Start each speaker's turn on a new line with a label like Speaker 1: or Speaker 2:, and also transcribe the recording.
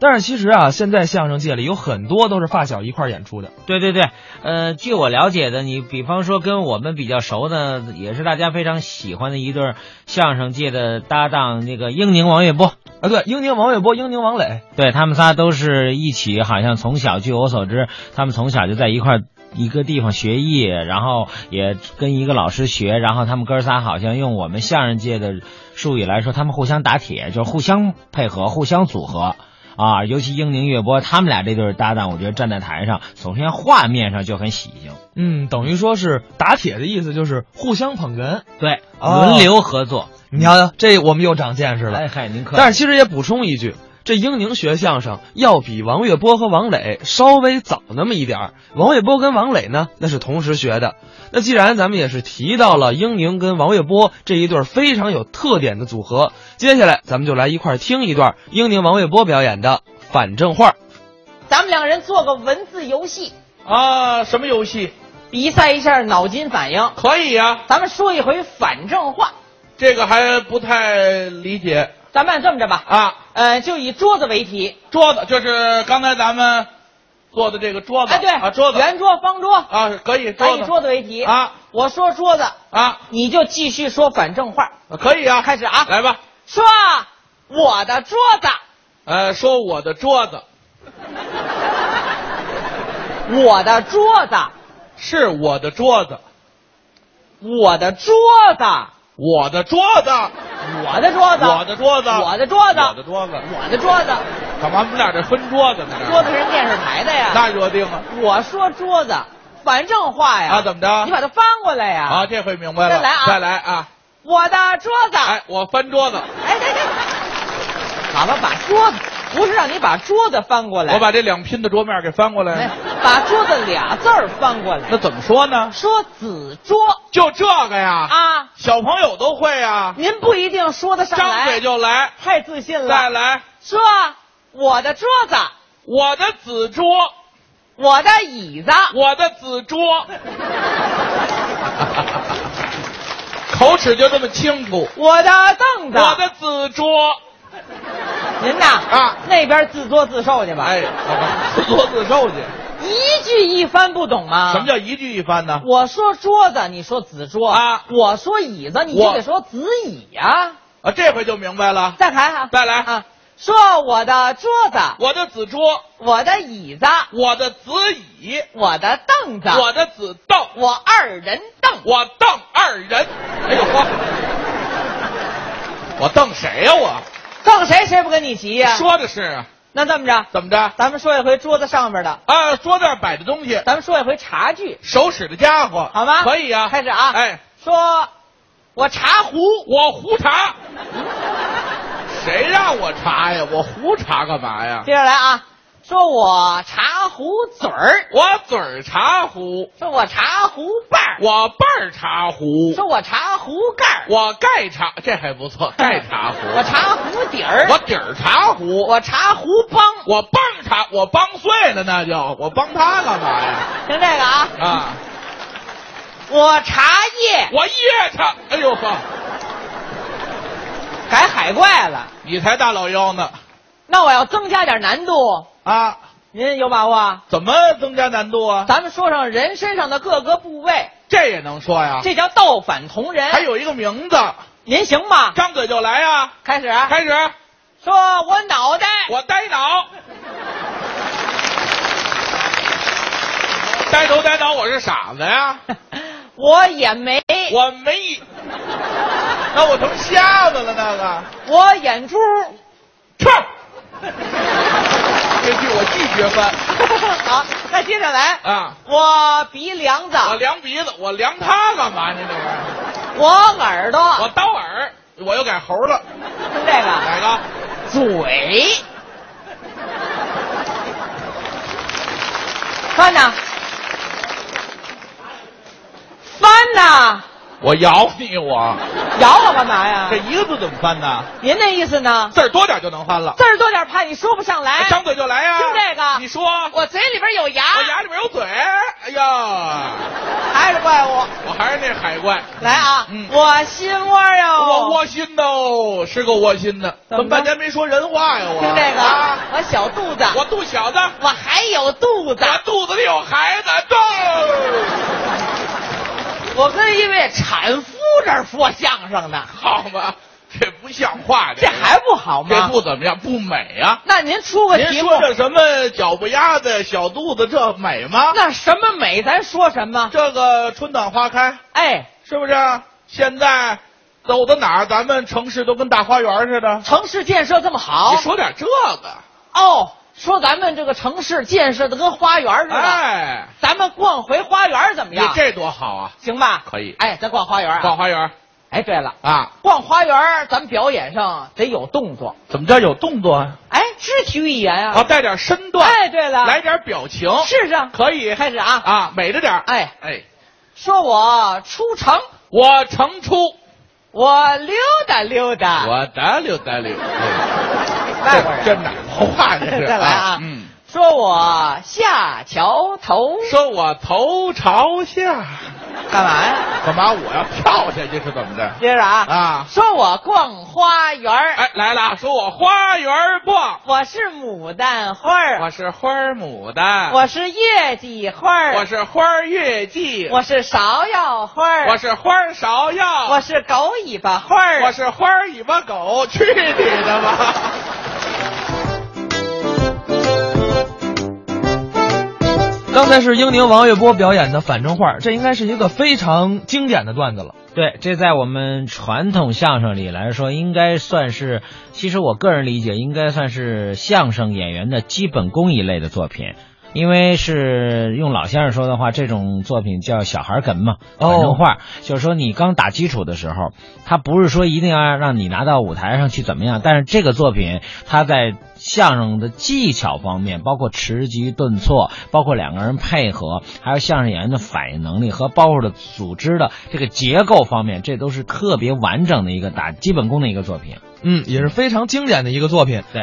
Speaker 1: 但是其实啊，现在相声界里有很多都是发小一块儿演出的。
Speaker 2: 对对对，呃，据我了解的，你比方说跟我们比较熟的，也是大家非常喜欢的一对儿相声界的搭档，那个英宁、王月波，
Speaker 1: 啊，对，英宁王卫波、英宁王磊，
Speaker 2: 对他们仨都是一起，好像从小，据我所知，他们从小就在一块儿一个地方学艺，然后也跟一个老师学，然后他们哥仨好像用我们相声界的术语来说，他们互相打铁，就是互相配合、互相组合。啊，尤其英宁、岳波，他们俩这对搭档，我觉得站在台上，首先画面上就很喜庆，
Speaker 1: 嗯，等于说是打铁的意思，就是互相捧哏。
Speaker 2: 对，
Speaker 1: 哦嗯
Speaker 2: 轮流合作。
Speaker 1: 你瞧瞧，这我们又长见识了。
Speaker 2: 哎嗨，您客气。
Speaker 1: 但是其实也补充一句，这英宁学相声要比王月波和王磊稍微早那么一点儿。王月波跟王磊呢，那是同时学的。那既然咱们也是提到了英宁跟王月波这一对儿非常有特点的组合，接下来咱们就来一块儿听一段英宁王月波表演的反正话儿。
Speaker 3: 咱们两个人做个文字游戏，
Speaker 4: 啊，什么游戏？
Speaker 3: 比赛一下脑筋反应。
Speaker 4: 可以呀、
Speaker 3: 咱们说一回反正话。
Speaker 4: 这个还不太理解
Speaker 3: 咱们这么着吧，
Speaker 4: 啊。
Speaker 3: 呃，就以桌子为题。
Speaker 4: 桌子就是刚才咱们做的这个桌子，
Speaker 3: 哎，对，
Speaker 4: 啊，桌子
Speaker 3: 圆桌、方桌，
Speaker 4: 啊，可以桌
Speaker 3: 咱
Speaker 4: 子
Speaker 3: 以桌子为题。
Speaker 4: 啊
Speaker 3: 我说桌子，
Speaker 4: 啊，
Speaker 3: 你就继续说反正话。
Speaker 4: 可以啊，
Speaker 3: 开始啊
Speaker 4: 来吧，
Speaker 3: 说我的桌子，
Speaker 4: 呃，说我的桌子
Speaker 3: 我的桌子，
Speaker 4: 是我的桌子，
Speaker 3: 我的桌子，
Speaker 4: 我的桌子，
Speaker 3: 我的
Speaker 4: 我的桌
Speaker 3: 桌子，
Speaker 4: 子，
Speaker 3: 我的桌子，
Speaker 4: 我的桌子，
Speaker 3: 我的桌子，
Speaker 4: 干嘛我们俩这分桌子呢？
Speaker 3: 桌子是电视台的呀。
Speaker 4: 那热定了
Speaker 3: 我说桌子，反正话呀。
Speaker 4: 啊怎么着
Speaker 3: 你把它翻过来呀。
Speaker 4: 啊，这回明白了，
Speaker 3: 再来啊
Speaker 4: 再来啊，
Speaker 3: 我的桌子。
Speaker 4: 哎，我翻桌子，
Speaker 3: 哎，对对。好了，把桌子不是让你把桌子翻过来，
Speaker 4: 我把这两拼的桌面给翻过
Speaker 3: 哎
Speaker 4: 来，
Speaker 3: 把桌子俩字儿翻过来
Speaker 4: 那，怎么说呢？
Speaker 3: 说子桌
Speaker 4: 就这个呀
Speaker 3: 啊，
Speaker 4: 小朋友都会啊，
Speaker 3: 您不一定说得上
Speaker 4: 张
Speaker 3: 来，
Speaker 4: 嘴就来，
Speaker 3: 太自信了。
Speaker 4: 再来，
Speaker 3: 说我的桌子，
Speaker 4: 我的子桌，
Speaker 3: 我的椅子，
Speaker 4: 我的子桌， 口齿就这么清楚，
Speaker 3: 我的凳子，
Speaker 4: 我的子桌，
Speaker 3: 您呐
Speaker 4: 啊
Speaker 3: 那边自作自受去吧。啊
Speaker 4: 哎，好吧，自作自受去。
Speaker 3: 一句一翻不懂吗？
Speaker 4: 什么叫一句一翻呢？
Speaker 3: 我说桌子，你说子桌
Speaker 4: 啊
Speaker 3: 我说椅子，你就
Speaker 4: 我
Speaker 3: 得说子椅呀、
Speaker 4: 啊，这回就明白了。
Speaker 3: 再来啊，
Speaker 4: 再来
Speaker 3: 啊！说我的桌子，
Speaker 4: 我的子桌，
Speaker 3: 我的椅子，
Speaker 4: 我的子椅，
Speaker 3: 我的凳子，
Speaker 4: 我的子凳，
Speaker 3: 我二人凳，
Speaker 4: 我瞪二人。哎呦呵，我瞪谁呀、
Speaker 3: 瞪谁谁不跟你急呀、
Speaker 4: 我说的是啊，
Speaker 3: 那这么着，
Speaker 4: 怎么着？
Speaker 3: 咱们说一回桌子上边的，
Speaker 4: 啊，桌那儿摆着东西，
Speaker 3: 咱们说一回茶具，
Speaker 4: 手使的家伙，
Speaker 3: 好吗？
Speaker 4: 可以啊，
Speaker 3: 开始啊！
Speaker 4: 哎，
Speaker 3: 说我茶壶，
Speaker 4: 我胡查，谁让我查呀？我胡查干嘛呀
Speaker 3: 接？着来啊！说我茶壶嘴儿，
Speaker 4: 我嘴儿茶壶，
Speaker 3: 说我茶壶把儿，
Speaker 4: 我瓣儿茶壶，
Speaker 3: 说我茶壶盖儿，
Speaker 4: 我盖茶，这还不错，盖茶壶，
Speaker 3: 我茶壶底儿，
Speaker 4: 我底儿茶壶，
Speaker 3: 我茶壶帮，
Speaker 4: 我帮茶，我帮碎了那就，我帮他干嘛呀？
Speaker 3: 听这个啊，
Speaker 4: 啊，
Speaker 3: 我茶叶
Speaker 4: 我夜茶，哎呦呵，
Speaker 3: 改海怪了，
Speaker 4: 你才大老腰呢
Speaker 3: 那我要增加点难度，
Speaker 4: 啊？
Speaker 3: 您有把握啊？
Speaker 4: 怎么增加难度啊？
Speaker 3: 咱们说上人身上的各个部位，
Speaker 4: 这也能说呀？
Speaker 3: 这叫倒反同人。
Speaker 4: 啊还有一个名字，
Speaker 3: 您行吗？
Speaker 4: 张嘴就来啊！
Speaker 3: 开始，
Speaker 4: 开始，
Speaker 3: 说我脑袋，
Speaker 4: 我呆脑，呆头呆脑，我是傻子 呀，
Speaker 3: 我眼眉，
Speaker 4: 我没，那我成瞎子了那个，
Speaker 3: 我眼珠，
Speaker 4: 去，这句我拒绝翻
Speaker 3: 好，那接着来，
Speaker 4: 啊！
Speaker 3: 我鼻梁子，
Speaker 4: 我量鼻子，我量他干嘛呢？这个，
Speaker 3: 我耳朵，
Speaker 4: 我刀耳，我又改猴了，
Speaker 3: 听这个，
Speaker 4: 哪个？
Speaker 3: 嘴，翻呐，翻呐，
Speaker 4: 我咬你 我！
Speaker 3: 咬我干嘛呀
Speaker 4: 这？一个字怎么翻呢？
Speaker 3: 您那意思呢？
Speaker 4: 字儿多点就能翻了。
Speaker 3: 字儿多点怕你说不上来。
Speaker 4: 哎张嘴就来呀、
Speaker 3: 哎
Speaker 4: 哎
Speaker 3: 听这个啊
Speaker 4: 你说，我
Speaker 3: 我嘴里边有牙，
Speaker 4: 牙里边有嘴，哎呀，
Speaker 3: 还是怪物。
Speaker 4: 我还是那海怪，
Speaker 3: 来啊，
Speaker 4: 嗯
Speaker 3: 我心窝哟，
Speaker 4: 我窝心哦，是个窝心的，
Speaker 3: 怎
Speaker 4: 怎
Speaker 3: 么
Speaker 4: 么半天没说人话呀？我
Speaker 3: 听这个
Speaker 4: 啊，
Speaker 3: 我小肚子，
Speaker 4: 我肚小子，
Speaker 3: 我还有肚子，
Speaker 4: 我肚子里有孩子，动，
Speaker 3: 我跟一位产妇这儿说相声呢，
Speaker 4: 好吗？这不像话，
Speaker 3: 这还不好
Speaker 4: 这
Speaker 3: 吗？
Speaker 4: 肚怎么样？不美啊！
Speaker 3: 那您出个
Speaker 4: 您
Speaker 3: 题目，
Speaker 4: 说这什么脚不丫的小肚子，这美吗？
Speaker 3: 那什么美，咱说什么？
Speaker 4: 这个春暖花开，
Speaker 3: 哎，
Speaker 4: 是不是？现在走到哪儿，咱们城市都跟大花园似的。
Speaker 3: 城市建设这么好，
Speaker 4: 你说点这个，
Speaker 3: 哦，说咱们这个城市建设的跟花园似的，
Speaker 4: 哎，
Speaker 3: 咱们逛回花园怎么
Speaker 4: 你
Speaker 3: 样？
Speaker 4: 这多好啊！
Speaker 3: 行吧？
Speaker 4: 可以
Speaker 3: 哎，咱逛花园、啊。
Speaker 4: 逛。花园
Speaker 3: 哎，对了，
Speaker 4: 啊，
Speaker 3: 逛花园，咱们表演上得有动作，
Speaker 4: 怎么叫有动作啊？
Speaker 3: 哎，肢体语言啊。
Speaker 4: 啊，带点身段，
Speaker 3: 哎，对了，
Speaker 4: 来点表情，
Speaker 3: 试试。
Speaker 4: 可以
Speaker 3: 开始啊！
Speaker 4: 啊，美着点儿。
Speaker 3: 哎
Speaker 4: 哎，
Speaker 3: 说我出城，
Speaker 4: 我成出，
Speaker 3: 我溜达溜达。
Speaker 4: 我打溜打溜。哎
Speaker 3: 外国人
Speaker 4: 这哪儿 话这是？
Speaker 3: 再来啊！
Speaker 4: 嗯，
Speaker 3: 说我下桥头，
Speaker 4: 说我头朝下。
Speaker 3: 干嘛呀？
Speaker 4: 干嘛我要跳下去是怎么的？
Speaker 3: 接着啊！
Speaker 4: 啊
Speaker 3: 说我逛花园，哎，
Speaker 4: 哎，来了啊，说我花园逛，
Speaker 3: 我是牡丹花儿，
Speaker 4: 我是花儿牡丹，
Speaker 3: 我是月季花儿，
Speaker 4: 我是花儿月季，
Speaker 3: 我是芍药花儿，
Speaker 4: 我是花儿芍药，
Speaker 3: 我是狗尾巴花儿，
Speaker 4: 我是花儿尾巴狗，去你的吧！
Speaker 2: 刚才是英宁王月波表演的反正话，这应该是一个非常经典的段子了。
Speaker 1: 对，这在我们传统相声里来说，应该算是，其实我个人理解，应该算是相声演员的基本功一类的作品。因为是用老先生说的话，这种作品叫小孩哏嘛，
Speaker 2: 哦
Speaker 1: 反正话，就是说你刚打基础的时候，他不是说一定要让你拿到舞台上去怎么样，但是这个作品他在相声的技巧方面，包括持局顿挫，包括两个人配合，还有相声演员的反应能力和包袱的组织的这个结构方面，这都是特别完整的一个打基本功的一个作品。
Speaker 2: 嗯，也是非常经典的一个作品。
Speaker 1: 对